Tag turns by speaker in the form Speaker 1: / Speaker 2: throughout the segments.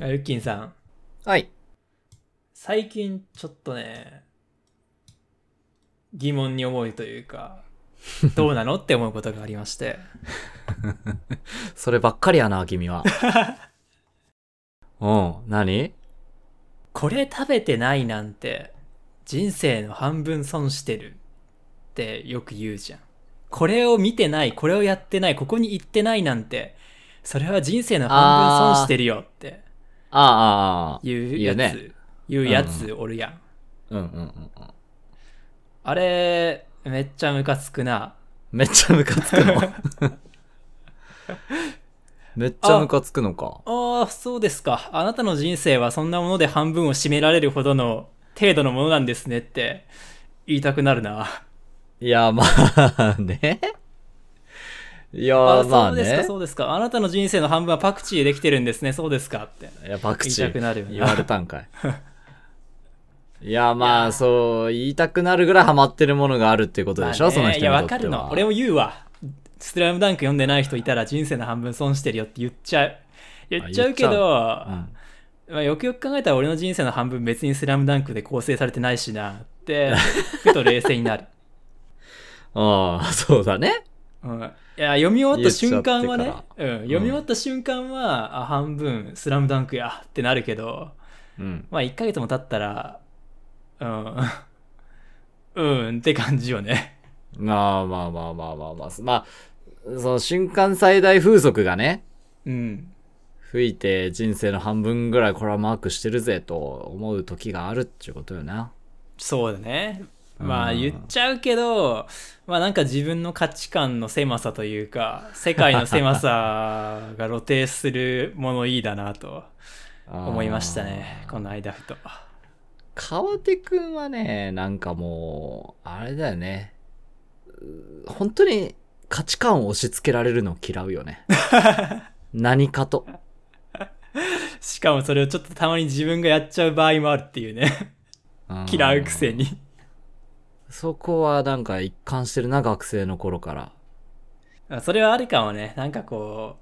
Speaker 1: あユッキンさん、
Speaker 2: はい。
Speaker 1: 最近ちょっとね、疑問に思うという か、どうなのって思うことがありまして。
Speaker 2: そればっかりやな、君 は。うん、何
Speaker 1: これ食べてないなんて人生の半分損してるってよく言うじゃんこれを見てないこれをやってないここに行ってないなんてそれは人生の半分損してるよって
Speaker 2: ああ、ああ、
Speaker 1: 言う
Speaker 2: 言
Speaker 1: や
Speaker 2: う
Speaker 1: つ
Speaker 2: ね
Speaker 1: 言うやつおるやん、
Speaker 2: うんうんうんうん。
Speaker 1: あれめっちゃムカつくな
Speaker 2: めっちゃムカつくの めっちゃムカつくのか。
Speaker 1: ああそうですかあなたの人生はそんなもので半分を占められるほどの程度のものなんですねって言いたくなるない
Speaker 2: や、まあね。いや、
Speaker 1: あ
Speaker 2: ま
Speaker 1: そ
Speaker 2: あ
Speaker 1: うですか
Speaker 2: ね。
Speaker 1: そうですかあなたの人生の半分はパクチーできてるんですねそうですかって
Speaker 2: いや、パクチ
Speaker 1: 言いたくなるよ
Speaker 2: ー
Speaker 1: な
Speaker 2: 言われたんかい。いや、まあ、そう、言いたくなるぐらいハマってるものがあるっていうことでしょ、
Speaker 1: まあね
Speaker 2: その人に
Speaker 1: いや
Speaker 2: と
Speaker 1: わ
Speaker 2: って
Speaker 1: か
Speaker 2: は。
Speaker 1: るの俺も言うわスラムダンク読んでない人いたら人生の半分損してるよって言っちゃう言っちゃうけど
Speaker 2: 言っちうん
Speaker 1: まあ、よくよく考えたら俺の人生の半分別にスラムダンクで構成されてないしなってふと冷静になる、
Speaker 2: ああ、そうだね。
Speaker 1: うん、いや読み終わった瞬間は
Speaker 2: 言
Speaker 1: ね
Speaker 2: っちゃっ、
Speaker 1: うん、読み終わった瞬間は、あ半分スラムダンクやってなるけど
Speaker 2: うん。
Speaker 1: まあ1ヶ月も経ったらうん うんって感じよね
Speaker 2: まあまあまあまあまあまあ、まあ、その瞬間最大風速がね、
Speaker 1: うん
Speaker 2: 吹いて人生の半分ぐらいこれはマークしてるぜと思う時があるっていうことよな。
Speaker 1: そうだねまあ
Speaker 2: うん
Speaker 1: 言っちゃうけどまあなんか自分の価値観の狭さというか世界の狭 さが露呈する物言いだなと思いましたね
Speaker 2: あー
Speaker 1: この間ふと
Speaker 2: 川手くんはね、なんかもう、あれだよね。うー本当に価値観を押し付けられるの嫌う よね。何かと。
Speaker 1: しかもそれをちょっとたまに自分がやっちゃう場合もあるっていうね
Speaker 2: ん
Speaker 1: 嫌うくせに
Speaker 2: そこはなんか一貫してるな、学生の頃から。
Speaker 1: あそれはあるかもねなんかこ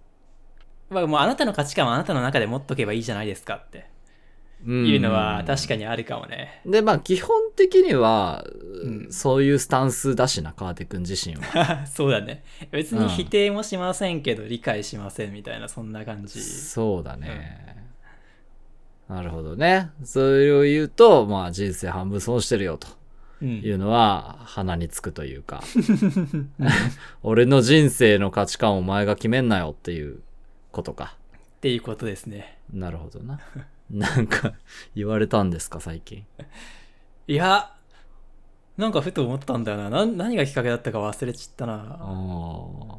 Speaker 1: うまあもうあなたの価値観はあなたの中で持っとけばいいじゃないですかっていうのは
Speaker 2: か
Speaker 1: 確かにあるかもね
Speaker 2: で、まあ、基本的には、
Speaker 1: うん
Speaker 2: そういうスタンスだしな、川手くん自 身は。
Speaker 1: そうだね別に否定もしませんけど理解しませんみたいなそんな感じ
Speaker 2: そうだね。なるほどね。それを言うと、まあ、人生半分損してるよ、と
Speaker 1: うん
Speaker 2: いうのは、鼻につくという か。俺の人生の価値観をお前が決めんなよっていうことか。
Speaker 1: っていうことですね
Speaker 2: なるほど な。なんか、言われたんですか、最近。
Speaker 1: いやなんかふと思ったんだよななん何がきっかけだったか忘れちった
Speaker 2: あ
Speaker 1: な
Speaker 2: ー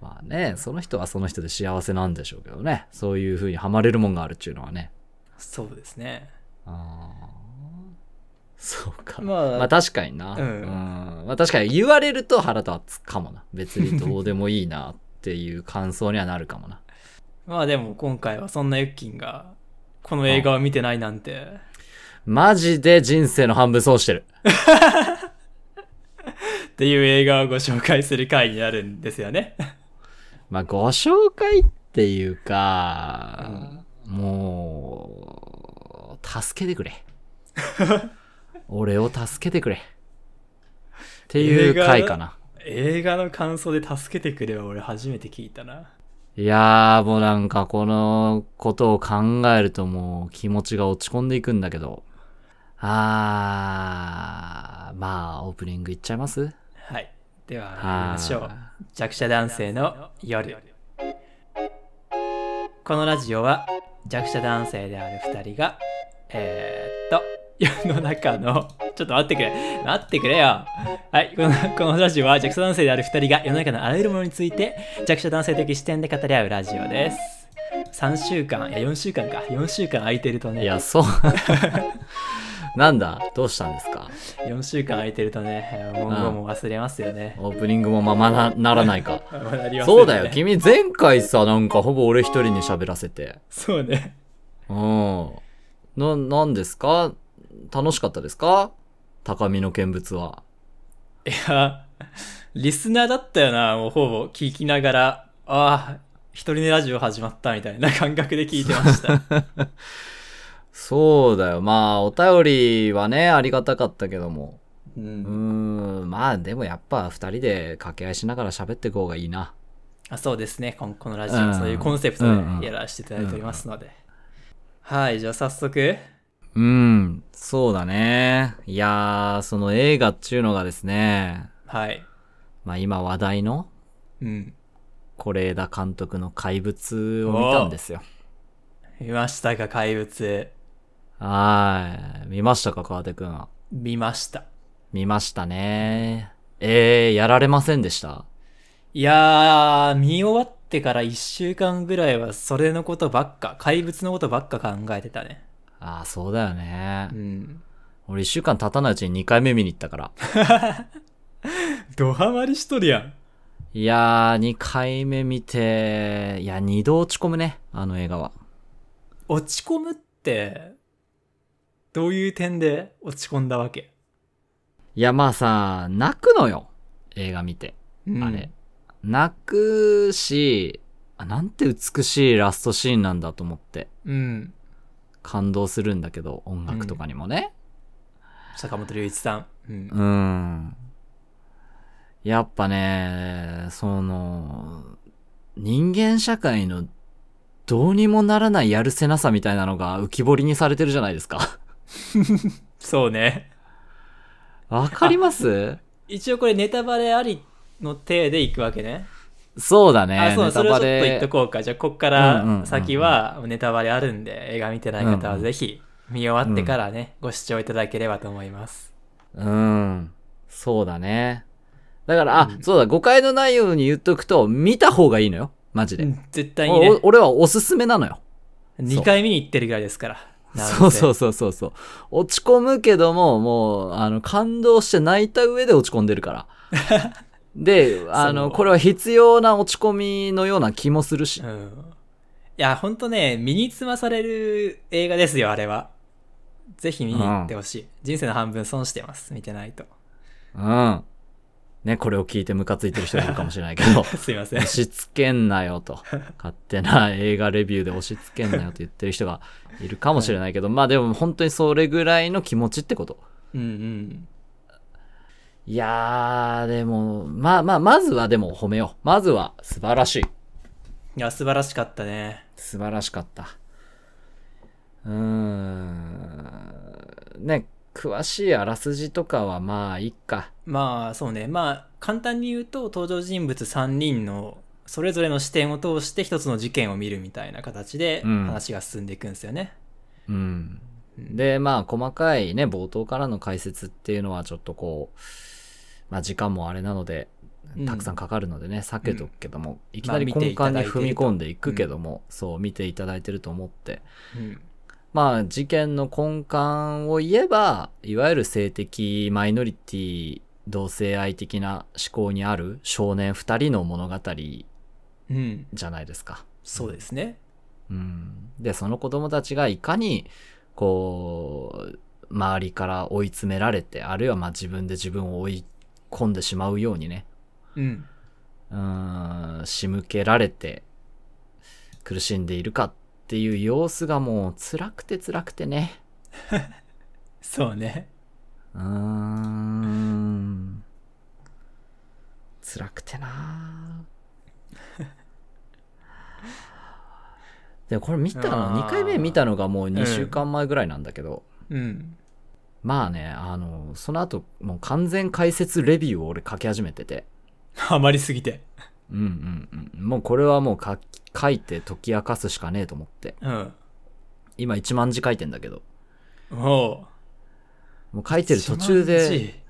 Speaker 2: まあね、その人はその人で幸せなんでしょうけどね。そういう風にハマれるもんがあるっていうのはね。
Speaker 1: そうですね
Speaker 2: ああ。そうか。ま
Speaker 1: ま
Speaker 2: あ、
Speaker 1: あ
Speaker 2: 確かにな。
Speaker 1: うん
Speaker 2: んまあ確かに言われると腹立つかもな。別にどうでもいいなっていう感想にはなるかもな。
Speaker 1: まあでも今回はそんなユッキンがこの映画を見てないなんて
Speaker 2: マジで人生の半分損してる。
Speaker 1: っていう映画をご紹介する回になるんですよね
Speaker 2: まあご紹介っていうか、もう、助けてく れ。俺を助けてくれ。っていう回かな。
Speaker 1: 映画の感想で助けてくれは俺初めて聞いたない
Speaker 2: やー、もうなんかこのことを考えるともう気持ちが落ち込んでいくんだけど。あー、まあオープニングいっちゃいます
Speaker 1: はいでは参り
Speaker 2: は
Speaker 1: ましょう
Speaker 2: ー
Speaker 1: 弱者男性の夜このラジオは弱者男性である2人がえー、っと世の中のちょっと待ってくれ待ってくれよはいこのこのラジオは弱者男性である2人が世の中のあらゆるものについて弱者男性的視点で語り合うラジオです3週間いや4週間か4週間空いてるとね
Speaker 2: い や、そう。なんだどうしたんですか
Speaker 1: 4週間空いてるとね文言も忘れますよね、
Speaker 2: オープニングもままなならないか。
Speaker 1: まだありますね
Speaker 2: そうだよ、君前回さ、なんかほぼ俺一人に喋らせて。
Speaker 1: そう ね
Speaker 2: うん。な、なんですか楽しかったですか高みの見物は。
Speaker 1: いや、リスナーだったよな、もうほぼ聞きながら、ああ、一人でラジオ始まったみたいな感覚で聞いてま した。
Speaker 2: そうだよ。まあ、お便りはね、ありがたかったけども。
Speaker 1: う
Speaker 2: うー
Speaker 1: ん、
Speaker 2: ん、まあ、でもやっぱ二人で掛け合いしながら喋っていこうがいいな。
Speaker 1: あそうですね、こんこのラジ
Speaker 2: う
Speaker 1: オ、
Speaker 2: ん
Speaker 1: そういうコンセプ
Speaker 2: うん
Speaker 1: トでやらせていただいておりますので。はい、じゃあ早速。
Speaker 2: うん、そうだね。いやー、その映画っちゅうのがですね、
Speaker 1: はい。
Speaker 2: まあ今話題の
Speaker 1: うん。
Speaker 2: 是枝監督の怪物を見たんですよ。
Speaker 1: 見ましたか、怪物。
Speaker 2: はーい。見ましたか、川手くんは。
Speaker 1: 見ました。
Speaker 2: 見ましたね。えー、やられませんでした
Speaker 1: いやー、見終わってから1週間ぐらいはそれのことばっか、怪物のことばっか考えてたね。
Speaker 2: ああ、そうだよね。
Speaker 1: うん。
Speaker 2: 俺一週間経たないうちに2回目見に行ったから。
Speaker 1: ドハマりしとるやん。
Speaker 2: いやー、2回目見て、いや、2度落ち込むね、あの映画は。
Speaker 1: 落ち込むって、どういう点で落ち込んだわけ、
Speaker 2: いや、まあさ、泣くのよ。映画見て。あれ。泣くし、あなんて美しいラストシーンなんだと思って。
Speaker 1: うん。
Speaker 2: 感動するんだけど、音楽とかにもね。
Speaker 1: 坂本龍一さん。うん
Speaker 2: う。ん。やっぱね、その、人間社会のどうにもならないやるせなさみたいなのが浮き彫りにされてるじゃないで すか。
Speaker 1: そうね。
Speaker 2: わかります
Speaker 1: 一応これネタバレありの体でいくわけね。
Speaker 2: そうだね。
Speaker 1: あ、そう、
Speaker 2: ネ
Speaker 1: そ
Speaker 2: タ
Speaker 1: れをちょ
Speaker 2: バ
Speaker 1: っと言っと
Speaker 2: レ。
Speaker 1: こうか。じゃあ、こっか
Speaker 2: うんうんうんう
Speaker 1: ら
Speaker 2: ん
Speaker 1: 先はネタバレあるんで、映画見てない方はぜひ見終わってからね、ご視聴いただければと思います。
Speaker 2: うん。そうだね。だから、あ、
Speaker 1: うん
Speaker 2: そうだ、誤解のないように言っとくと、見た方がいいのよ。マジで。
Speaker 1: うん絶対に
Speaker 2: お
Speaker 1: ね
Speaker 2: お、俺はおすすめなのよ。
Speaker 1: 2回見に行ってるぐらいですから。。
Speaker 2: そうそううそうそうそう。落ち込むけども、もう、あの、感動して泣いた上で落ち込んでるから。 で、あ
Speaker 1: そ
Speaker 2: の、
Speaker 1: う
Speaker 2: これは必要な落ち込みのような気もするし
Speaker 1: う。ん。いや、ほんとね、身につまされる映画ですよ、あれは。ぜひ見に行ってほしい。人生の半分損してます、見てないと。
Speaker 2: うん。ね、これを聞いてムカついてる人いるかもしれないけ ど。
Speaker 1: すいません
Speaker 2: 押。し付けんなよと。勝手な映画レビューで押し付けんなよと言ってる人がいるかもしれないけど、まあでも本当にそれぐらいの気持ちってこと。
Speaker 1: うんうん。
Speaker 2: いやー、でも、まあまあ、まずはでも褒めよう。まずは素晴らしい。
Speaker 1: いや、素晴らしかったね。
Speaker 2: 素晴らしかった。うーん。ね、詳しいあらすじとかはまあ、いっか。
Speaker 1: まあそうねまあ簡単に言うと登場人物3人のそれぞれの視点を通して一つの事件を見るみたいな形で
Speaker 2: うん
Speaker 1: 話が進んでいくんですよね。
Speaker 2: うん。で、まあ、細かいね、冒頭からの解説っていうのはちょっとこう、まあ、時間もあれなので、
Speaker 1: うん
Speaker 2: たくさんかかるのでね、避けとくけども、いき
Speaker 1: ま
Speaker 2: な
Speaker 1: あ
Speaker 2: り
Speaker 1: 見
Speaker 2: 根
Speaker 1: て
Speaker 2: 幹
Speaker 1: いただいて
Speaker 2: に
Speaker 1: ると
Speaker 2: 踏み込んでいくけども、そう、見ていただいてると思って。
Speaker 1: うん
Speaker 2: まあ、事件の根幹を言えば、いわゆる性的マイノリティ、同性愛的な思考にある少年二人の物語じ
Speaker 1: うん、
Speaker 2: ゃないですか。
Speaker 1: そうですね。
Speaker 2: うん、でその子供たちがいかにこう周りから追い詰められてあるいはまあ自分で自分を追い込んでしまうようにね
Speaker 1: うん、
Speaker 2: うん仕向けられて苦しんでいるかっていう様子がもう辛くて辛くてね
Speaker 1: そうね。
Speaker 2: うーん辛くてな あでもこれ見たの
Speaker 1: あー
Speaker 2: 2回目見たのがもう2週間前ぐらいなんだけど、
Speaker 1: うん、
Speaker 2: まあね、あの、その後、もう完全解説レビューを俺書き始めてて。
Speaker 1: ハマりすぎて。
Speaker 2: うんうんうん。もうこれはもう書き書いて解き明かすしかねえと思って。
Speaker 1: うん、
Speaker 2: 今1万字書いてんだけど。
Speaker 1: おう
Speaker 2: もう書いてる途中で、、
Speaker 1: 一
Speaker 2: う
Speaker 1: 万字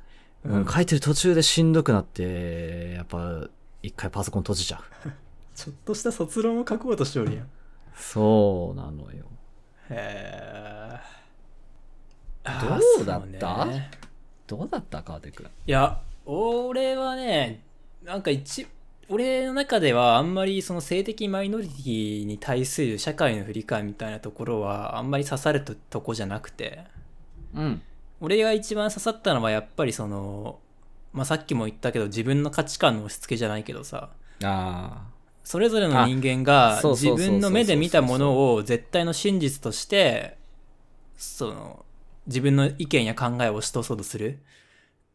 Speaker 1: うん
Speaker 2: ん、書いてる途中でしんどくなって、やっぱ、一回パソコン閉じちゃう。
Speaker 1: ちょっとした卒論を書こうとしておるやん。
Speaker 2: そうなのよ。
Speaker 1: へ
Speaker 2: ど
Speaker 1: ー
Speaker 2: うだった
Speaker 1: あーそうね
Speaker 2: どうだった川手くん。
Speaker 1: いや、俺はね、なんか一、俺の中ではあんまりその性的マイノリティに対する社会の振り返りみたいなところはあんまり刺さるととこじゃなくて、
Speaker 2: うん。
Speaker 1: 俺が一番刺さったのはやっぱりその、まあ、さっきも言ったけど自分の価値観の押し付けじゃないけどさ、
Speaker 2: あ
Speaker 1: それぞれの人間が
Speaker 2: あそう
Speaker 1: 自
Speaker 2: そうそうそう
Speaker 1: 分の目で見たものを絶対の真実としてその自分の意見や考えを押し通そうとする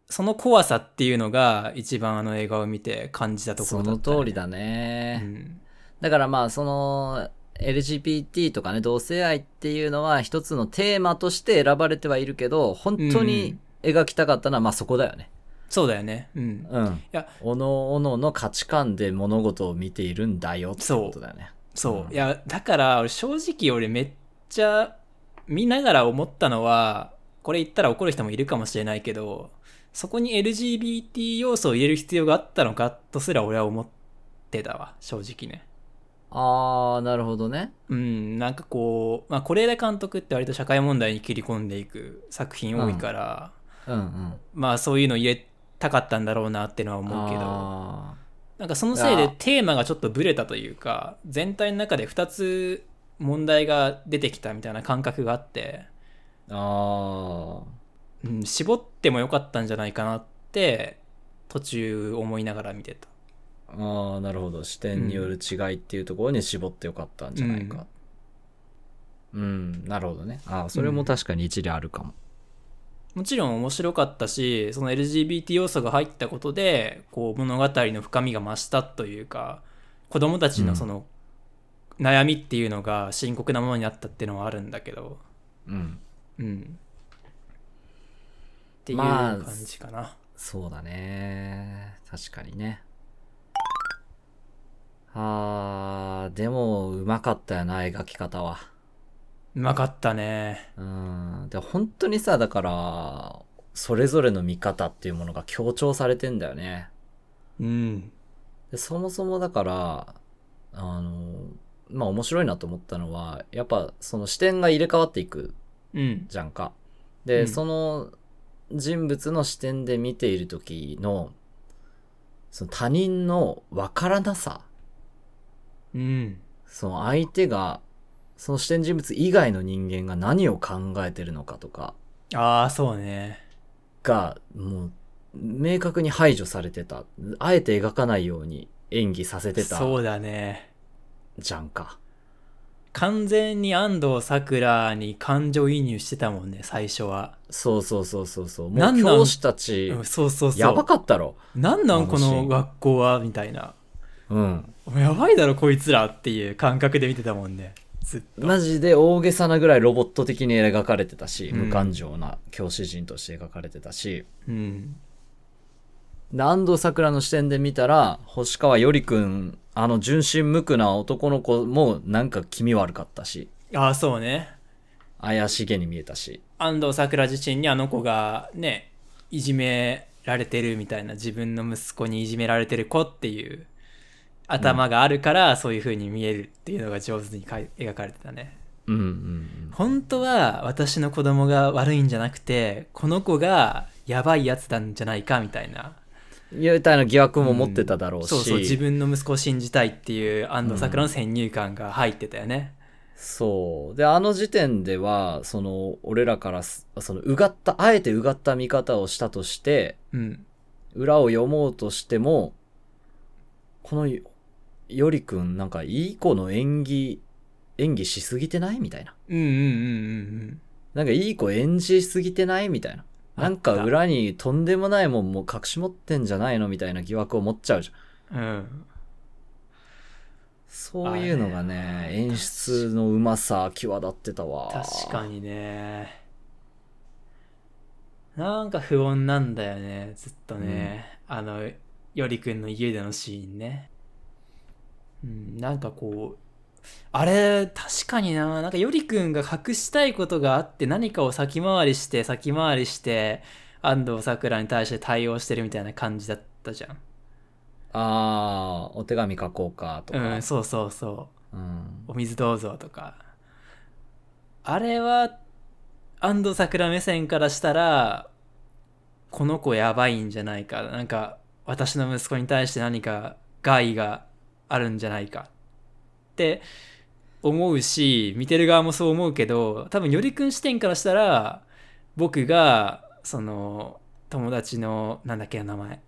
Speaker 1: その怖さっていうのが一番あの映画を見て感じたとこ
Speaker 2: そ
Speaker 1: ろだ
Speaker 2: の
Speaker 1: ったね、
Speaker 2: 通りだね。
Speaker 1: うん
Speaker 2: だからまあその LGBT とかね同性愛っていうのは一つのテーマとして選ばれてはいるけど本当に描きたかったのはまあそこだよね。
Speaker 1: そうだよねうん
Speaker 2: うん。
Speaker 1: や
Speaker 2: おのおのの価値観で物事を見ているんだよってことだよね。
Speaker 1: そう、
Speaker 2: うん
Speaker 1: いやだから俺正直俺めっちゃ見ながら思ったのはこれ言ったら怒る人もいるかもしれないけどそこに LGBT 要素を入れる必要があったのかとすら俺は思ってたわ正直ね
Speaker 2: あーなるほどね。
Speaker 1: うんなんかこう、まあ、是枝監督って割と社会問題に切り込んでいく作品多いから、
Speaker 2: うんうん。
Speaker 1: まあそういうの入れたかったんだろうなってのは思うけど
Speaker 2: あ
Speaker 1: なんかそのせい
Speaker 2: い
Speaker 1: で
Speaker 2: や
Speaker 1: テーマがちょっとブレたというか全体の中で2つ問題が出てきたみたいな感覚があって、
Speaker 2: ーあ
Speaker 1: うん、絞ってもよかったんじゃないかなって途中思いながら見てた
Speaker 2: ーあーなるほど視点による違いっていうところに絞ってよかったんじゃないか。うん、なるほどね。ああそれも確かに一理あるかも。
Speaker 1: もちろん面白かったしその LGBT 要素が入ったことでこう物語の深みが増したというか子供たちのその悩みっていうのが深刻なものになったっていうのはあるんだけど
Speaker 2: うん
Speaker 1: うんっていう
Speaker 2: まあ
Speaker 1: 感じかな、
Speaker 2: そうだね。確かにね。あー、でも、うまかったよな、描き方は。
Speaker 1: うまかったね
Speaker 2: うん。で、本当にさ、だから、それぞれの見方っていうものが強調されてんだよね。
Speaker 1: うん
Speaker 2: でそもそもだから、あの、まあ面白いなと思ったのは、やっぱその視点が入れ替わっていく
Speaker 1: うん
Speaker 2: じゃんか。で、
Speaker 1: うん
Speaker 2: その人物の視点で見ている時の、その他人のわからなさ、
Speaker 1: うん
Speaker 2: その相手が、その視点人物以外の人間が何を考えてるのかとか
Speaker 1: ああそうね
Speaker 2: が、もう、明確に排除されてた。あえて描かないように演技させてた
Speaker 1: そうだね
Speaker 2: じゃんか。
Speaker 1: 完全に安藤サクラに感情移入してたもんね最初は、
Speaker 2: そうそうそうそうそう。も
Speaker 1: なん
Speaker 2: う
Speaker 1: なん
Speaker 2: 教師たち
Speaker 1: う、んそうそうそう
Speaker 2: やばかったろ。
Speaker 1: なんなんこ
Speaker 2: あのシー
Speaker 1: の
Speaker 2: ン
Speaker 1: 学校はみたいな
Speaker 2: うん。
Speaker 1: やばいだろこいつらっていう感覚で見てたもんねずっと
Speaker 2: マジで大げさなぐらいロボット的に描かれてたし、
Speaker 1: うん
Speaker 2: 無感情な教師陣として描かれてたし、
Speaker 1: うん
Speaker 2: で安藤サクラの視点で見たら星川よりくんあの純真無垢な男の子もなんか気味悪かったし
Speaker 1: ああそうね
Speaker 2: 怪しげに見えたし
Speaker 1: 安藤サクラ自身にあの子がねいじめられてるみたいな自分の息子にいじめられてる子っていう頭があるからそういう風に見えるっていうのが上手にかい描かれてたね
Speaker 2: うんうん
Speaker 1: 本当は私の子供が悪いんじゃなくてこの子がやばいやつなんじゃないかみたいな
Speaker 2: うん言うたいな疑惑も持ってただろうし、
Speaker 1: そうそう自分の息子を信じたいっていう安藤サクラの先入観が入ってたよね、
Speaker 2: そうであの時点ではその俺らからすそのうがったあえてうがった見方をしたとして
Speaker 1: うん、
Speaker 2: 裏を読もうとしてもこのよよりくんなんかいい子の演技演技しすぎてないみたいな
Speaker 1: うんうんうん
Speaker 2: なんかいい子演じすぎてないみたいな。なんか裏にとんでもないもんもう隠し持ってんじゃないのみたいな疑惑を持っちゃうじゃん。
Speaker 1: うんうんうん
Speaker 2: そういうのが
Speaker 1: あ
Speaker 2: ね
Speaker 1: れ、
Speaker 2: 演出のうまさ際立ってたわ。
Speaker 1: 確か。にねなんか不穏なんだよねずっとね、あのよりくんの家でのシーンねうんなんかこうあれ確かにななんかよりくんが隠したいことがあって何かを先回りして先回りして安藤サクラに対して対応してるみたいな感じだったじゃん
Speaker 2: あー、お手紙書こうかとか。
Speaker 1: うんそうそうそう
Speaker 2: うん
Speaker 1: お水どうぞとかあれは安藤桜目線からしたらこの子やばいんじゃないかなんか私の息子に対して何か害があるんじゃないかって思うし見てる側もそう思うけど多分よりくん視点からしたら僕がその友達のなんだっけ名前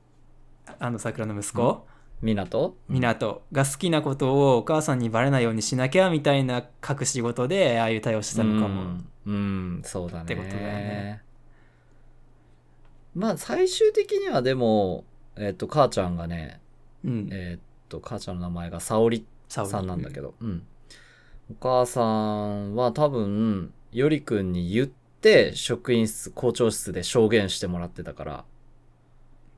Speaker 1: 安藤桜の息子
Speaker 2: 港
Speaker 1: 港が好きなことをお母さんにバレないようにしなきゃみたいな書く仕事でああいう対応してたのかも、
Speaker 2: うん、うんそうだね
Speaker 1: ってことだよね
Speaker 2: まあ最終的にはでもえっと母ちゃんがね
Speaker 1: うん
Speaker 2: えっと母ちゃんの名前が沙織
Speaker 1: 沙織
Speaker 2: さんなんだけど、うんお母さんは多分よりくんに言って職員室校長室で証言してもらってたから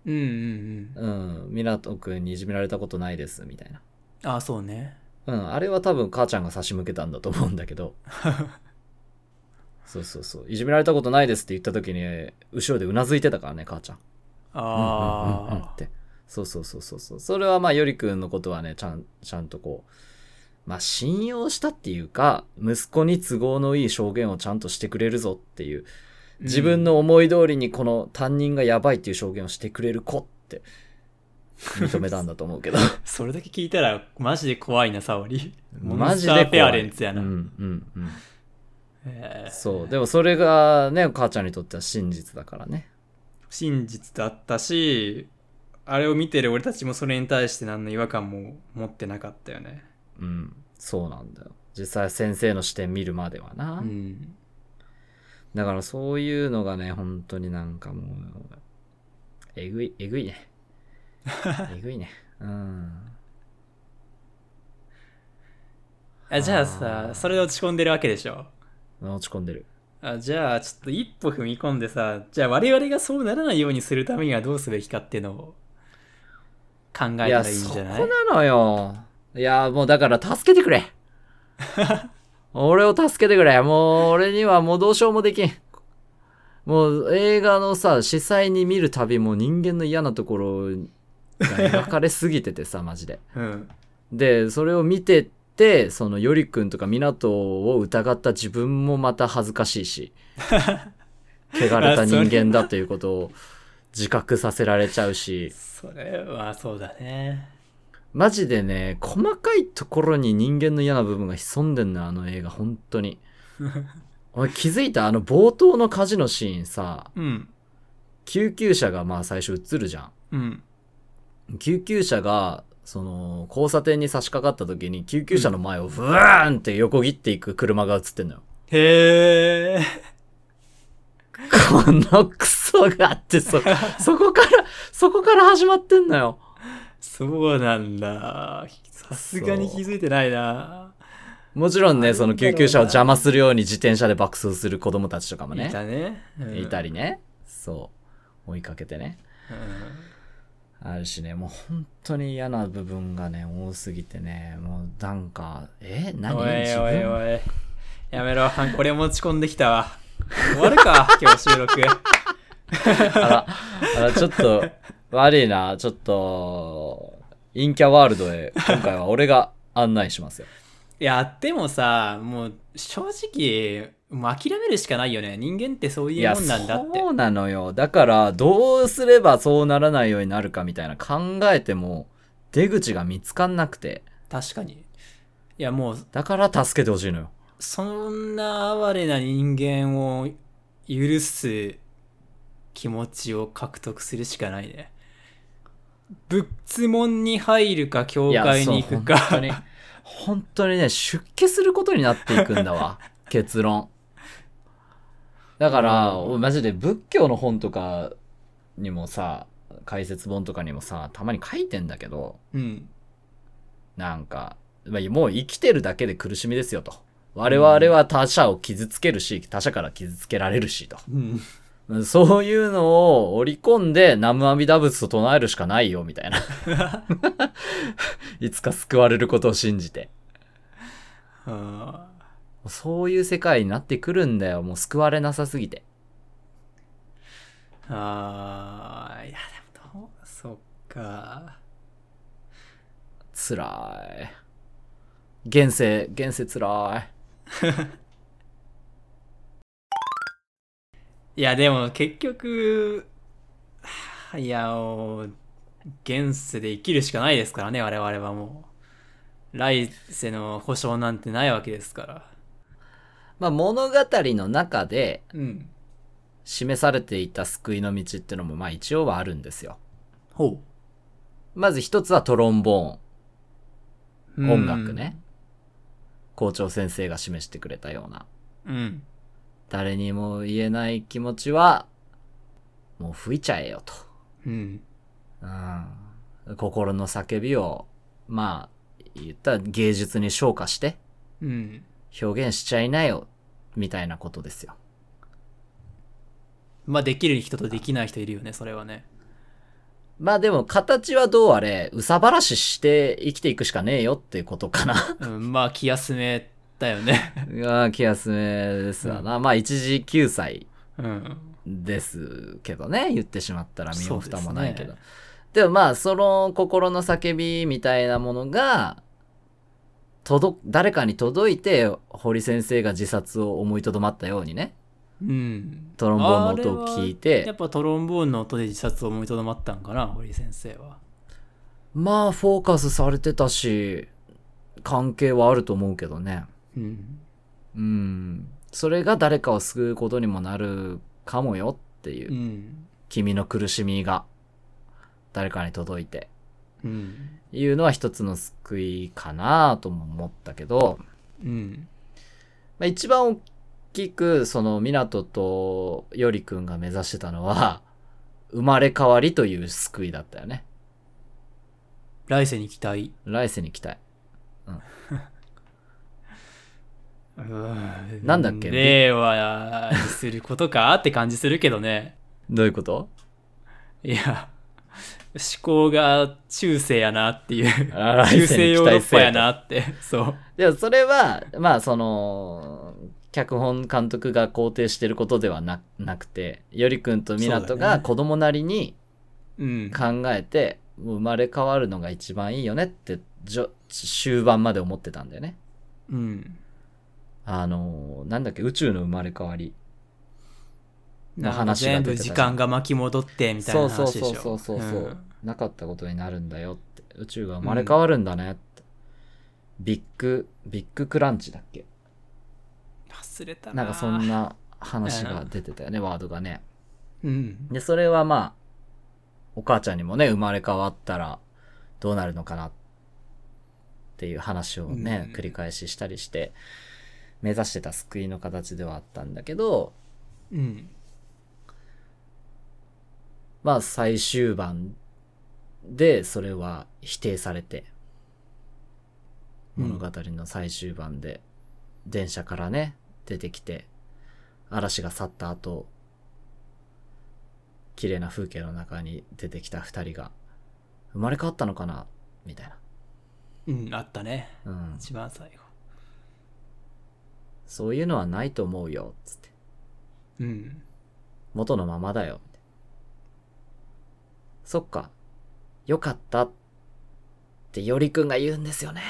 Speaker 1: うんうんうん
Speaker 2: うん湊くんにいじめられたことないですみたいな
Speaker 1: ああそうね
Speaker 2: うん、あれは多分母ちゃんが差し向けたんだと思うんだけど。そうそうそう。いじめられたことないですって言った時に、後ろでうなずいてたからね、母ちゃん。
Speaker 1: ああ、
Speaker 2: うんうんうんうんって。そうそうそうそうそう。それはまあ、よりくんのことはね、ちゃん、ちゃんとこう、まあ、信用したっていうか、息子に都合のいい証言をちゃんとしてくれるぞっていう、自分の思い通りにこの担任がやばいっていう証言をしてくれる子って、認めたんだと思うけど。
Speaker 1: それだけ聞いたらマジで怖いな沙織
Speaker 2: マジで
Speaker 1: モンス
Speaker 2: 怖
Speaker 1: タ
Speaker 2: い
Speaker 1: ーペアレンツやな、
Speaker 2: うんうんうん。
Speaker 1: えー
Speaker 2: そう。でもそれがね、母ちゃんにとっては真実だからね。
Speaker 1: 真実だったしあれを見てる俺たちもそれに対して何の違和感も持ってなかったよね
Speaker 2: うん。そうなんだよ。実際先生の視点見るまでは
Speaker 1: う
Speaker 2: な。
Speaker 1: ん
Speaker 2: だからそういうのがね、本当になんかもう、えぐい、えぐい ね。えぐいね。うん。
Speaker 1: あじゃあ
Speaker 2: あ
Speaker 1: さ
Speaker 2: ー
Speaker 1: それで落ち込んでるわけでしょ
Speaker 2: 落ち込んでる。
Speaker 1: あじゃあちょっと一歩踏み込んでさじゃあ我々がそうならないようにするためにはどうすべきかっていうのを考えたらいいんじゃない
Speaker 2: そこなのよ。いや、もうだから助けて くれ。俺を助けてくれ。もう俺にはもうどうしようもできん。もう映画のさ、司祭に見るたびもう人間の嫌なところが描かれすぎててさ、マジで。
Speaker 1: うん
Speaker 2: で、それを見てって、そのよりくんとか港を疑った自分もまた恥ずかしい し、汚れた人間だということを自覚させられちゃうし。
Speaker 1: それはそうだね
Speaker 2: マジでね、細かいところに人間の嫌な部分が潜んでんのよ、あの映画、本 当に。お前気づいたあの冒頭の火事のシーンさ、
Speaker 1: うん
Speaker 2: 救急車がまあ最初映るじゃ
Speaker 1: うん
Speaker 2: ん。救急車が、その、交差点に差し掛かった時に、救急車の前をブーンって横切っていく車が映ってんのよ。
Speaker 1: へえ
Speaker 2: このクソがあっ て、そ、そこから、そこから始まってんのよ。
Speaker 1: そうなんださすがに気づいてないな
Speaker 2: もちろん
Speaker 1: あ
Speaker 2: ね、
Speaker 1: るんだ
Speaker 2: そ
Speaker 1: ろうな
Speaker 2: の救急車を邪魔するように自転車で爆走する子供たちとかもね。
Speaker 1: いたね、うん
Speaker 2: いたりね、そう追いかけてね
Speaker 1: う
Speaker 2: あるしねもう本当に嫌な部分がね多すぎてねもうなんかえ
Speaker 1: ん
Speaker 2: 何
Speaker 1: おい
Speaker 2: 自
Speaker 1: おい
Speaker 2: 分
Speaker 1: おいやめろなんか俺持ち込んできた わ終わるか今日収録
Speaker 2: あらあらちょっと悪いなちょっと陰キャワールドへ今回は俺が案内しますよ
Speaker 1: いやでもさもう正直もう諦めるしかないよね人間ってそういうもんなんだって
Speaker 2: そうなのよだからどうすればそうならないようになるかみたいな考えても出口が見つかんなくて
Speaker 1: 確かにいやもう
Speaker 2: だから助けてほしいのよ
Speaker 1: そんな哀れな人間を許す気持ちを獲得するしかないね仏門に入るか教
Speaker 2: いや
Speaker 1: 会に行くか
Speaker 2: そう本当に本当にね出家することになっていくん だわ結論だから、
Speaker 1: うん
Speaker 2: 俺マジで仏教の本とかにもさ解説本とかにもさたまに書いてんだけど
Speaker 1: うん
Speaker 2: なんかまあもう生きてるだけで苦しみですよと我々は他者を傷つけるし他者から傷つけられるしと
Speaker 1: うん
Speaker 2: そういうのを織り込んで、南無阿弥陀仏と唱えるしかないよ、みたいな。 いつか救われることを信じて。
Speaker 1: あー
Speaker 2: そういう世界になってくるんだよ。もう救われなさすぎて。
Speaker 1: あーいやでもどうそっか
Speaker 2: 辛い。現世、現世辛
Speaker 1: いやでも結局はいやお現世で生きるしかないですからね我々はもう来世の保証なんてないわけですから
Speaker 2: い。まあ物語の中で
Speaker 1: うん
Speaker 2: 示されていた救いの道っていうのもまあ一応はあるんですよ。
Speaker 1: ほ
Speaker 2: まず一つはトロンボーン。
Speaker 1: うん
Speaker 2: 音楽ね。校長先生が示してくれたような。
Speaker 1: うん。
Speaker 2: 誰にも言えない気持ちは、もう吹いちゃえよと。
Speaker 1: うん。
Speaker 2: うん。心の叫びを、まあ、言ったら芸術に昇華して
Speaker 1: うん。
Speaker 2: 表現しちゃいなよ、みたいなことですよ。
Speaker 1: まあ、できる人とできない人いるよね、それはね。
Speaker 2: まあでも形はどうあれ、うさばらしして生きていくしかねえよっていうこと かな。
Speaker 1: うん、まあ、気休めだよね。
Speaker 2: が気休めですわな。まあ一時救済
Speaker 1: うん。
Speaker 2: ですけどね言ってしまったら身も蓋もないけ
Speaker 1: そ
Speaker 2: ど
Speaker 1: う
Speaker 2: で,、もまあその心の叫びみたいなものが届誰かに届いて堀先生が自殺を思いとどまったようにね
Speaker 1: うん。
Speaker 2: トロンボーンの音を聞い
Speaker 1: あれはや
Speaker 2: て
Speaker 1: っぱトロンボーンの音で自殺を思いとどまったんかな、堀先生は。
Speaker 2: まあフォーカスされてたし関係はあると思うけどね
Speaker 1: うん。
Speaker 2: うんそれが誰かを救うことにもなるかもよっていう、
Speaker 1: うん。
Speaker 2: 君の苦しみが誰かに届いて
Speaker 1: うん。
Speaker 2: いうのは一つの救いかなとも思ったけど、
Speaker 1: うん。
Speaker 2: まあ、一番大きくその湊とよりくんが目指してたのは生まれ変わりという救いだったよね
Speaker 1: 来世に期待。
Speaker 2: 来世に期待
Speaker 1: うん
Speaker 2: なんだっけ
Speaker 1: 令和にすることかって感じするけど ね。
Speaker 2: どういうこと
Speaker 1: いや、思考が中世やなっていう。
Speaker 2: あー
Speaker 1: 中世ヨーロッパやなって。そう。
Speaker 2: でもそれはまあその脚本監督が肯定してることではななくてよりくんと
Speaker 1: そ
Speaker 2: 湊
Speaker 1: うだ
Speaker 2: が
Speaker 1: ね
Speaker 2: 子供なりに
Speaker 1: うん。
Speaker 2: 考えて、もう生まれ変わるのが一番いいよねってじょ終盤まで思ってたんだよね
Speaker 1: うん。
Speaker 2: あのーなんだっけ、宇宙の生まれ変わり。の話が
Speaker 1: 全
Speaker 2: 出て
Speaker 1: 部
Speaker 2: たじ
Speaker 1: 時
Speaker 2: ゃん
Speaker 1: 間が巻き戻ってみたい
Speaker 2: そ
Speaker 1: な
Speaker 2: うそう
Speaker 1: 話でし
Speaker 2: そ
Speaker 1: ょ。
Speaker 2: うそうそう。
Speaker 1: うん
Speaker 2: なかったことになるんだよって。宇宙が生まれ変わるんだねって。ビッグ、ビッグクランチだっけ
Speaker 1: 忘れたな。
Speaker 2: なんかそん。な話が出てたよね、ワードがね。
Speaker 1: うん。
Speaker 2: で、それはまあ、お母ちゃんにもね、生まれ変わったらどうなるのかなっていう話をね、
Speaker 1: うん
Speaker 2: 繰り返ししたりして、目指してた救いの形ではあったんだけど、
Speaker 1: うん。
Speaker 2: まあ最終盤でそれは否定されて、
Speaker 1: うん
Speaker 2: 物語の最終盤で電車からね、出てきて、嵐が去った後、綺麗な風景の中に出てきた二人が、生まれ変わったのかなみたい
Speaker 1: うん、あったね。
Speaker 2: な。うん。
Speaker 1: 一番最後。
Speaker 2: そういうのはないと思うよ、つって。
Speaker 1: うん。
Speaker 2: 元のままだよ。そっか。よかった。ってよりくんが言うんで すよね。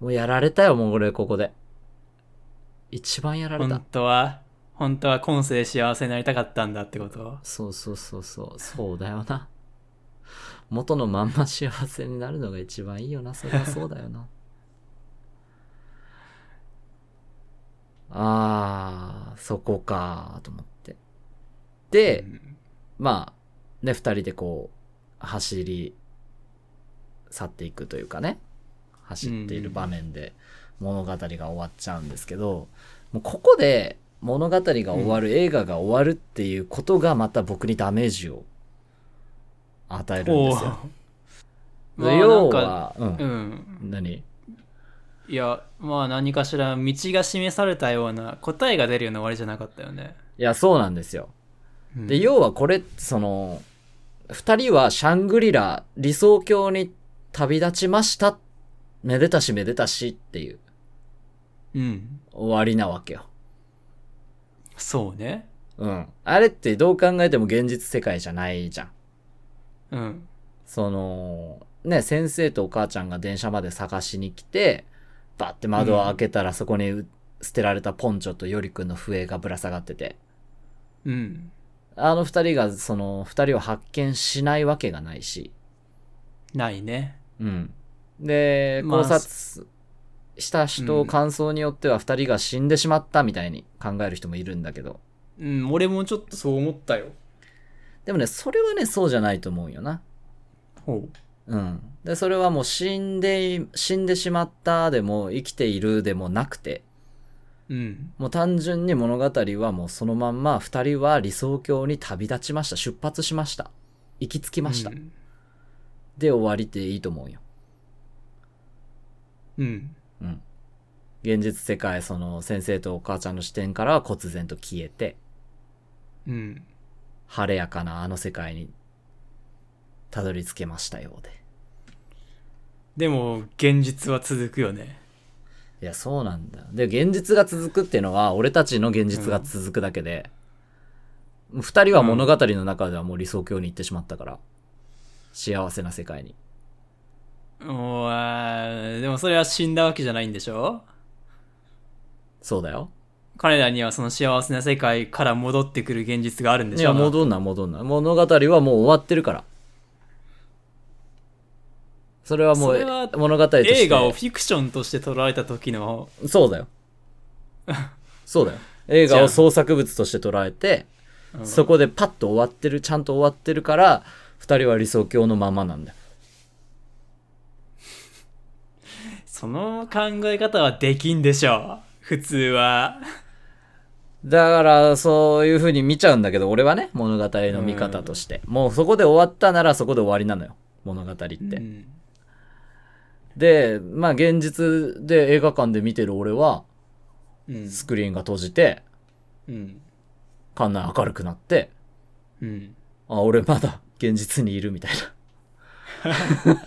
Speaker 2: もうやられたよ、もう俺ここで。一番やられた
Speaker 1: 本。当は、本当は今世で幸せになりたかったんだってこと
Speaker 2: そうそうそうそう。そうだよな。元のまんま幸せになるのが一番いいよな。それはそうだ よな。あー、そこかーと思って。で、
Speaker 1: うん
Speaker 2: まあ、ね、二人でこう、走り去っていくというかね、走っている場面で物語が終わっちゃうんですけど、もうここで物語が終わる、映画が終わるっていうことがまた僕にダメージを与えるんですよ。
Speaker 1: おー
Speaker 2: 要
Speaker 1: まあ
Speaker 2: は、う、
Speaker 1: なんかうんん。
Speaker 2: 何
Speaker 1: いや、まあ何かしら道が示されたような答えが出るような終わりじゃなかったよね。
Speaker 2: いや、そうなんですよ。
Speaker 1: うん
Speaker 2: で、要はこれ、その、二人はシャングリラ、理想郷に旅立ちました。めでたしめでたしっていう
Speaker 1: うん。
Speaker 2: 終わりなわけよ。
Speaker 1: そうね。
Speaker 2: うん。あれってどう考えても現実世界じゃないじゃん。
Speaker 1: うん。
Speaker 2: その、ね、先生とお母ちゃんが電車まで探しに来て、バッて窓を開けたらそこにう捨てられたポンチョとよりくんの笛がぶら下がってて、
Speaker 1: うん。
Speaker 2: あの二人がその二人を発見しないわけがないし、
Speaker 1: ないね。
Speaker 2: うん。で、
Speaker 1: まあ
Speaker 2: 考察した人、
Speaker 1: うん
Speaker 2: 感想によっては二人が死んでしまったみたいに考える人もいるんだけど、
Speaker 1: うん、俺もちょっとそう思ったよ。
Speaker 2: でもね、それはね、そうじゃないと思うよな。
Speaker 1: ほ
Speaker 2: うん。で、それはもう死んでい、死んでしまったでも、生きているでもなくて、
Speaker 1: う。うん。
Speaker 2: もう単純に物語はもうそのまんま、二人は理想郷に旅立ちました。出発しました。行き着きました。
Speaker 1: うん。
Speaker 2: で、終わりっていいと思うよ。
Speaker 1: うん。
Speaker 2: うん。現実世界、その、先生とお母ちゃんの視点からは忽然と消えて、
Speaker 1: うん。
Speaker 2: 晴れやかなあの世界に、たどり着けましたようで。
Speaker 1: でも、現実は続くよね。
Speaker 2: いや、そうなんだよ。で、現実が続くっていうのは、俺たちの現実が続くだけで、二、人は物語の中ではもう理想郷に行ってしまったから、幸せな世界に。
Speaker 1: おーでもそれは死んだわけじゃないんでしょ
Speaker 2: そうだよ。
Speaker 1: 彼らにはその幸せな世界から戻ってくる現実があるんで
Speaker 2: い
Speaker 1: しょ
Speaker 2: や、戻んな、戻んな。物語はもう終わってるから。それはも
Speaker 1: それは
Speaker 2: う、物語として。
Speaker 1: 映画をフィクションとして捉えた時の
Speaker 2: そ うだよ。そうだよ。映画を創作物として捉えて、
Speaker 1: うん
Speaker 2: そこでパッと終わってる、ちゃんと終わってるから、二人は理想郷のままなんだよ。
Speaker 1: その考え方はできんでしょう普通は
Speaker 2: だから、そういう風に見ちゃうんだけど、俺はね、物語の見方として。もうそこで終わったならそこで終わりなのよ。物語って。
Speaker 1: うん
Speaker 2: で、まあ現実で映画館で見てる俺は、
Speaker 1: うん
Speaker 2: スクリーンが閉じて、
Speaker 1: うん
Speaker 2: 館内明るくなって、
Speaker 1: うん
Speaker 2: あ、俺まだ現実にいるみたい な。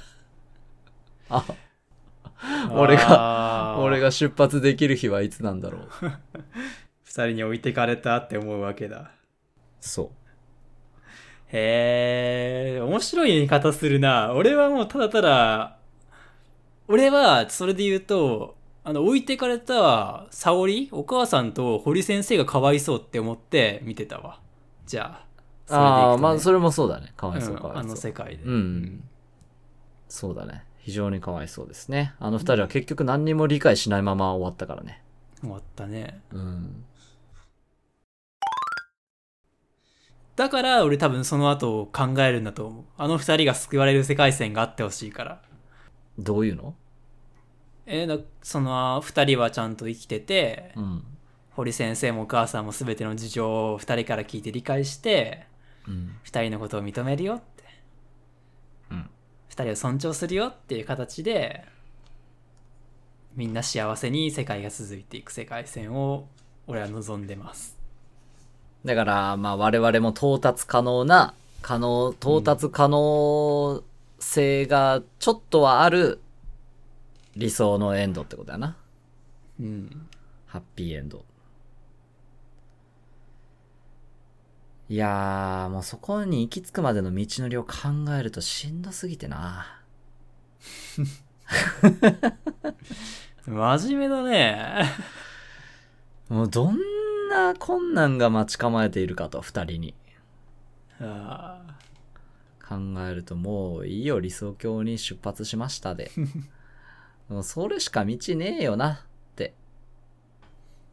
Speaker 2: あ、俺が、
Speaker 1: が
Speaker 2: 俺が出発できる日はいつなんだろう。
Speaker 1: 二人に置いてかれたって思うわけだ
Speaker 2: そう。
Speaker 1: へえ面白い見方するな俺はもうただただ俺はそれで言うとあの置いてかれた沙織お母さんと堀先生がかわいそうって思って見てたわじゃあ
Speaker 2: ああ、まあ
Speaker 1: れ
Speaker 2: それもそうだね。かわい
Speaker 1: でいくとねうん
Speaker 2: そうかわ
Speaker 1: あ
Speaker 2: い
Speaker 1: の
Speaker 2: そう。
Speaker 1: 世界で
Speaker 2: うんそうだね。非常にかわいそうですね。あの二人は結局何にも理解しないまま終わったからね。
Speaker 1: 終わったね
Speaker 2: うん。
Speaker 1: だから俺多分その後を考えるんだと思うあの二人が救われる世界線があってほしいから
Speaker 2: どういうの
Speaker 1: えーなその二人はちゃんと生きてて
Speaker 2: うん。
Speaker 1: 堀先生もお母さんも全ての事情を二人から聞いて理解して
Speaker 2: うん。
Speaker 1: 二人のことを認めるよって
Speaker 2: うん。
Speaker 1: 二人を尊重するよっていう形でみんな幸せに世界が続いていく世界線を俺は望んでます
Speaker 2: だから、まあ我々も到達可能な、可能、到達可能性がちょっとはある理想のエンドってことやな。
Speaker 1: うん
Speaker 2: ハッピーエンド。いやー、もうそこに行き着くまでの道のりを考えるとしんどすぎてな。
Speaker 1: 真面目だね
Speaker 2: もうどんな困難が待ち構えているかと、二人に。
Speaker 1: あ
Speaker 2: 考えるともういいよ、理想郷に出発しまし たで。もうそれしか道ねえよなって。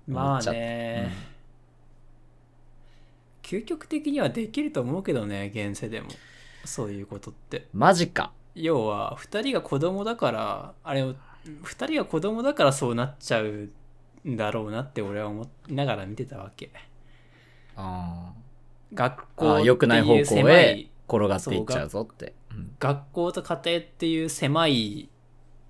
Speaker 1: ーま
Speaker 2: 思っち
Speaker 1: あ
Speaker 2: ゃった
Speaker 1: ね、究極的にはできると思うけどね現世でもそういうことって
Speaker 2: マジか。
Speaker 1: 要は2人が子供だからあれを2人が子供だからそうなっちゃうんだろうなって俺は思いながら見てたわけ
Speaker 2: あ
Speaker 1: 学
Speaker 2: ーあ
Speaker 1: 校
Speaker 2: ー、
Speaker 1: って
Speaker 2: 良くない方
Speaker 1: いう
Speaker 2: 向
Speaker 1: 狭
Speaker 2: へ
Speaker 1: い
Speaker 2: 転がっていっちゃうぞって。うん
Speaker 1: 学校と家庭っていう狭い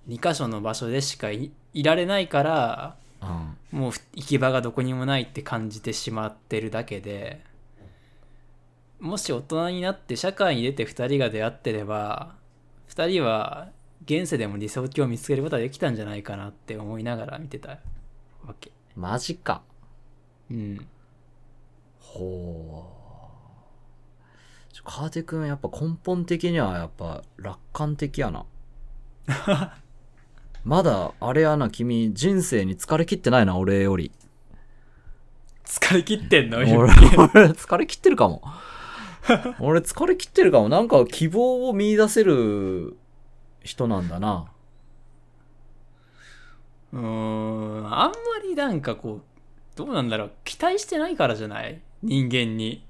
Speaker 1: 2箇所の場所でしかいいられないから
Speaker 2: うん
Speaker 1: もうふ行き場がどこにもないって感じてしまってるだけでもし大人になって社会に出て2人が出会ってれば2人は現世でも理想郷を見つけることができたんじゃないかなって思いながら見てたわけ
Speaker 2: マジか。
Speaker 1: うん
Speaker 2: ほう。ちょカーテ君やっぱ根本的にはやっぱ楽観的 やな。まだあれやな、君人生に疲れ切ってないな、俺より。
Speaker 1: 疲れ切ってんの
Speaker 2: 俺、俺疲れ切ってるかも。俺疲れ切ってるかも。なんか希望を見出せる人なんだな。
Speaker 1: うーんあんまりなんかこうどうなんだろう期待してないからじゃない人間に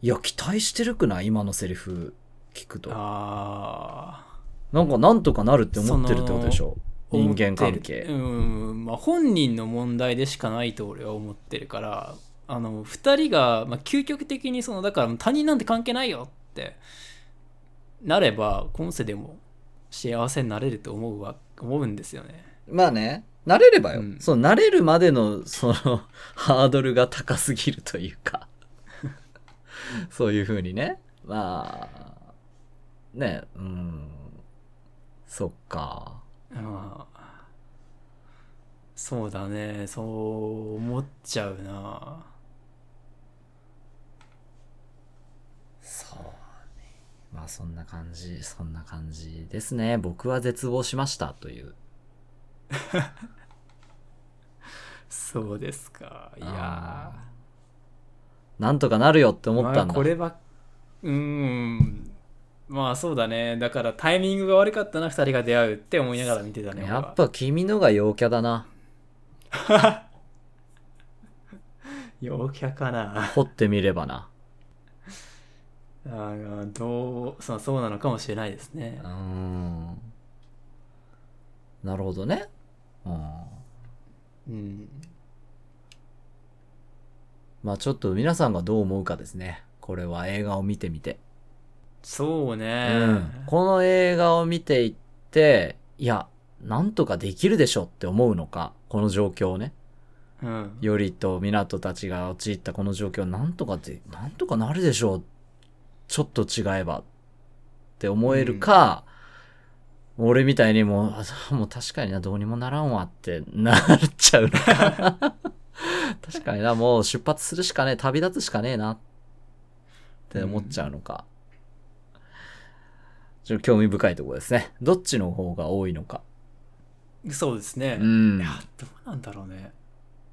Speaker 2: いや、期待してるくない今のセリフ聞くと。
Speaker 1: あ
Speaker 2: なんか、なんとかなるって思ってるってことでしょ
Speaker 1: ー
Speaker 2: 人間関
Speaker 1: 思って
Speaker 2: 係
Speaker 1: る。うんまあ本人の問題でしかないと俺は思ってるからあの2人が、まあ、究極的にそのだから他人なんて関係ないよってなれば今世でも幸せになれると思うわ思うんですよね
Speaker 2: まあね、慣れればよ。
Speaker 1: うん
Speaker 2: そう、慣れるまでの、 その、ハードルが高すぎるというか、そういうふうにね。まあ、ね、うん。そっか。
Speaker 1: まあそうだねそう思っちゃうな
Speaker 2: そうね。まあ、そんな感じ、そんな感じですね。僕は絶望しましたという。
Speaker 1: そうですかいや
Speaker 2: あーなんとかなるよって
Speaker 1: ー
Speaker 2: 思ったんだ。
Speaker 1: まあこれはうーんまあそうだねだからタイミングが悪かったな2人が出会うって思いながら見てたね
Speaker 2: やっぱ君のが陽キャだな。
Speaker 1: 俺は陽キャかな
Speaker 2: 掘ってみればな。
Speaker 1: あーどうそうそうなのかもしれないですね
Speaker 2: うーん。なるほどね。うん。
Speaker 1: うん
Speaker 2: まあちょっと皆さんがどう思うかですね。これは映画を見てみて。
Speaker 1: そうね、
Speaker 2: うん。この映画を見ていって、いや、なんとかできるでしょって思うのか、この状況をね。
Speaker 1: うん
Speaker 2: よりと港たちが陥ったこの状況、なんとかで、なんとかなるでしょう。ちょっと違えば。って思えるか、俺みたいにもう、あもう確かにな、どうにもならんわってなっちゃうのか。 確かにな、もう出発するしかねえ、旅立つしかねえな。って思っちゃうのか。ちょっと興味深いところですね。どっちの方が多いのか。
Speaker 1: そうですね、
Speaker 2: うん
Speaker 1: いや。どうなんだろうね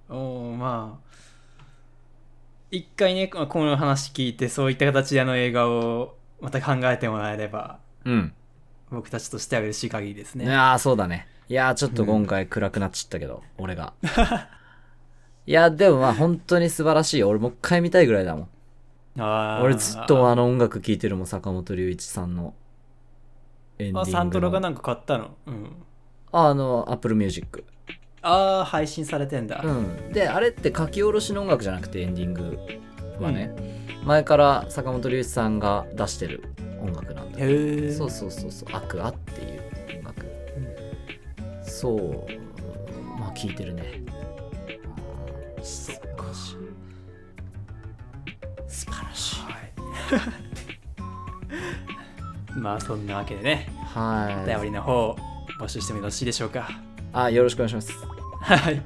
Speaker 1: おーまあ一回ねまあこの話聞いてそういった形であの映画をまた考えてもらえれば
Speaker 2: うん。
Speaker 1: 僕たちとしては嬉しい限りですね
Speaker 2: いやーそうだね。いやーちょっと今回暗くなっちゃったけど、俺が。いやーでもまあ本当に素晴らしいよ。俺もう一回見たいぐらいだもん。
Speaker 1: あー
Speaker 2: 俺ずっとあの音楽聴いてるもん、坂本龍一さんのエンディン
Speaker 1: あ
Speaker 2: グの。
Speaker 1: サントラがなんか買ったのうん
Speaker 2: ああの、Apple Music。
Speaker 1: ああ配信されてんだ
Speaker 2: うん。で、あれって書き下ろしの音楽じゃなくてエンディングはね、前から坂本龍一さんが出してる音楽なんだよ
Speaker 1: へえ
Speaker 2: そうそうそうそう「アクア」っていう音楽、そうまあ聴いてるね素晴らしい素晴らしい
Speaker 1: まあそんなわけでねお便
Speaker 2: はい
Speaker 1: りの方を募集してもよろしいでしょうか
Speaker 2: あよろしくお願いします
Speaker 1: はい、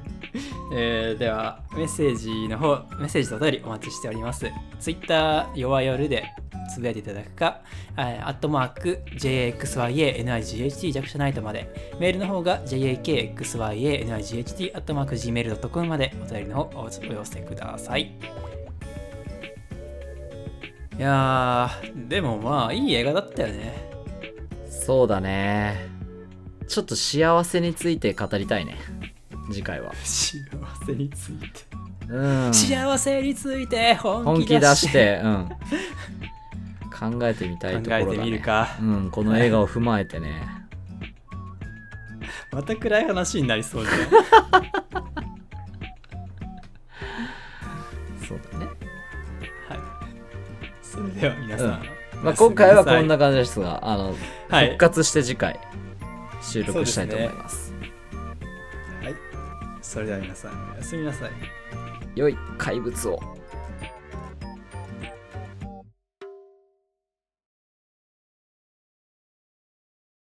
Speaker 1: えーではメッセージの方メッセージとお便りお待ちしております Twitter 弱夜でつぶやいていただくか、えーアットマーク JXYANIGHT 弱者ナイトまでメールの方が JAKXYANIGHT アットマーク Gmail.com までお便りの方おお寄せくださいいやーでもまあいい映画だったよね
Speaker 2: そうだねちょっと幸せについて語りたいね次回は
Speaker 1: 幸せについて、
Speaker 2: うん
Speaker 1: 幸せについて本
Speaker 2: 本気
Speaker 1: 気
Speaker 2: 出
Speaker 1: 出
Speaker 2: し
Speaker 1: して
Speaker 2: てうん考えてみたいと
Speaker 1: 考
Speaker 2: ころだ、
Speaker 1: え
Speaker 2: ね、
Speaker 1: てみるか
Speaker 2: うんこの映画を踏まえてね
Speaker 1: また暗い話になりそう じゃん
Speaker 2: そうだね
Speaker 1: はいそれでは皆さん、
Speaker 2: うんまあ、今回はこんな
Speaker 1: おや
Speaker 2: 感じですが、あの、
Speaker 1: はい
Speaker 2: 復活して次回収録したいと思います。
Speaker 1: すみなさいはいそれでは皆さんおやすみなさい
Speaker 2: 良い怪物を。